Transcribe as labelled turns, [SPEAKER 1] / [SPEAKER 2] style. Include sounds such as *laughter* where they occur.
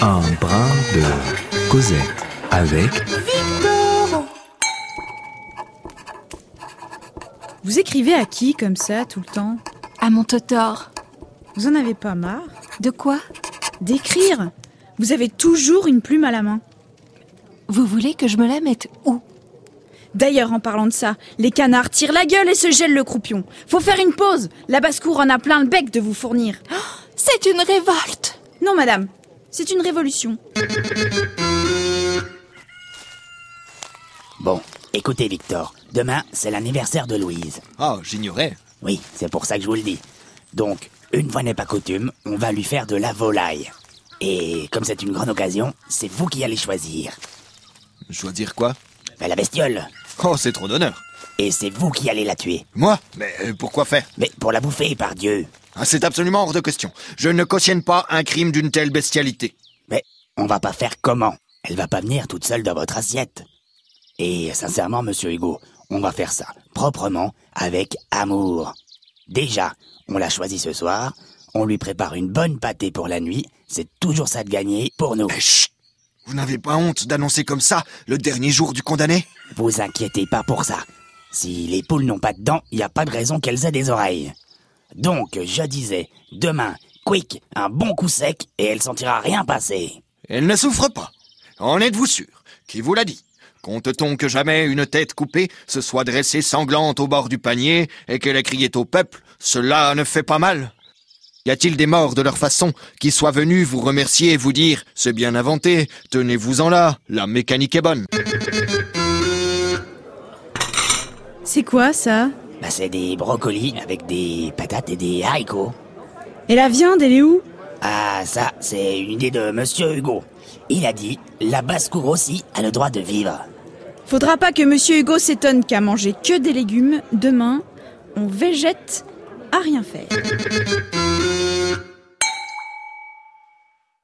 [SPEAKER 1] Un brin de Cosette avec
[SPEAKER 2] Vous écrivez à qui comme ça tout le temps
[SPEAKER 3] À mon totor.
[SPEAKER 2] Vous en avez pas marre
[SPEAKER 3] De quoi
[SPEAKER 2] D'écrire Vous avez toujours une plume à la main.
[SPEAKER 3] Vous voulez que je me la mette où
[SPEAKER 2] D'ailleurs, en parlant de ça, les canards tirent la gueule et se gèlent le croupion. Faut faire une pause. La basse-cour en a plein le bec de vous fournir. *gasps*
[SPEAKER 3] C'est une révolte
[SPEAKER 2] Non, madame, c'est une révolution.
[SPEAKER 4] Bon, écoutez Victor, demain c'est l'anniversaire de Louise.
[SPEAKER 5] Ah, j'ignorais.
[SPEAKER 4] Oui, c'est pour ça que je vous le dis. Donc, une fois n'est pas coutume, on va lui faire de la volaille. Et comme c'est une grande occasion, c'est vous qui allez choisir.
[SPEAKER 5] Je dois dire quoi
[SPEAKER 4] Ben, la bestiole.
[SPEAKER 5] Oh, c'est trop d'honneur.
[SPEAKER 4] Et c'est vous qui allez la tuer.
[SPEAKER 5] Moi Mais euh, pourquoi faire
[SPEAKER 4] Mais pour la bouffer, par Dieu.
[SPEAKER 5] Ah, C'est absolument hors de question. Je ne cautionne pas un crime d'une telle bestialité.
[SPEAKER 4] Mais on va pas faire comment Elle va pas venir toute seule dans votre assiette. Et sincèrement, monsieur Hugo, on va faire ça proprement, avec amour. Déjà, on l'a choisie ce soir, on lui prépare une bonne pâtée pour la nuit, c'est toujours ça de gagner pour nous.
[SPEAKER 5] Eh, chut Vous n'avez pas honte d'annoncer comme ça le dernier jour du condamné
[SPEAKER 4] Vous inquiétez pas pour ça. Si les poules n'ont pas de dents, il n'y a pas de raison qu'elles aient des oreilles. Donc, je disais, demain, quick, un bon coup sec et elle sentira rien passer.
[SPEAKER 5] Elle ne souffre pas. En êtes-vous sûr Qui vous l'a dit Compte-t-on que jamais une tête coupée se soit dressée sanglante au bord du panier et qu'elle ait crié au peuple « Cela ne fait pas mal » Y a-t-il des morts de leur façon qui soient venus vous remercier et vous dire « C'est bien inventé, tenez-vous-en là, la mécanique est bonne
[SPEAKER 2] C'est quoi ça
[SPEAKER 4] Bah, c'est des brocolis avec des patates et des haricots.
[SPEAKER 2] Et la viande, elle est où
[SPEAKER 4] Ah, ça, c'est une idée de monsieur Hugo. Il a dit, la basse-cour aussi a le droit de vivre.
[SPEAKER 2] Faudra pas que monsieur Hugo s'étonne qu'à manger que des légumes. Demain, on végète à rien faire.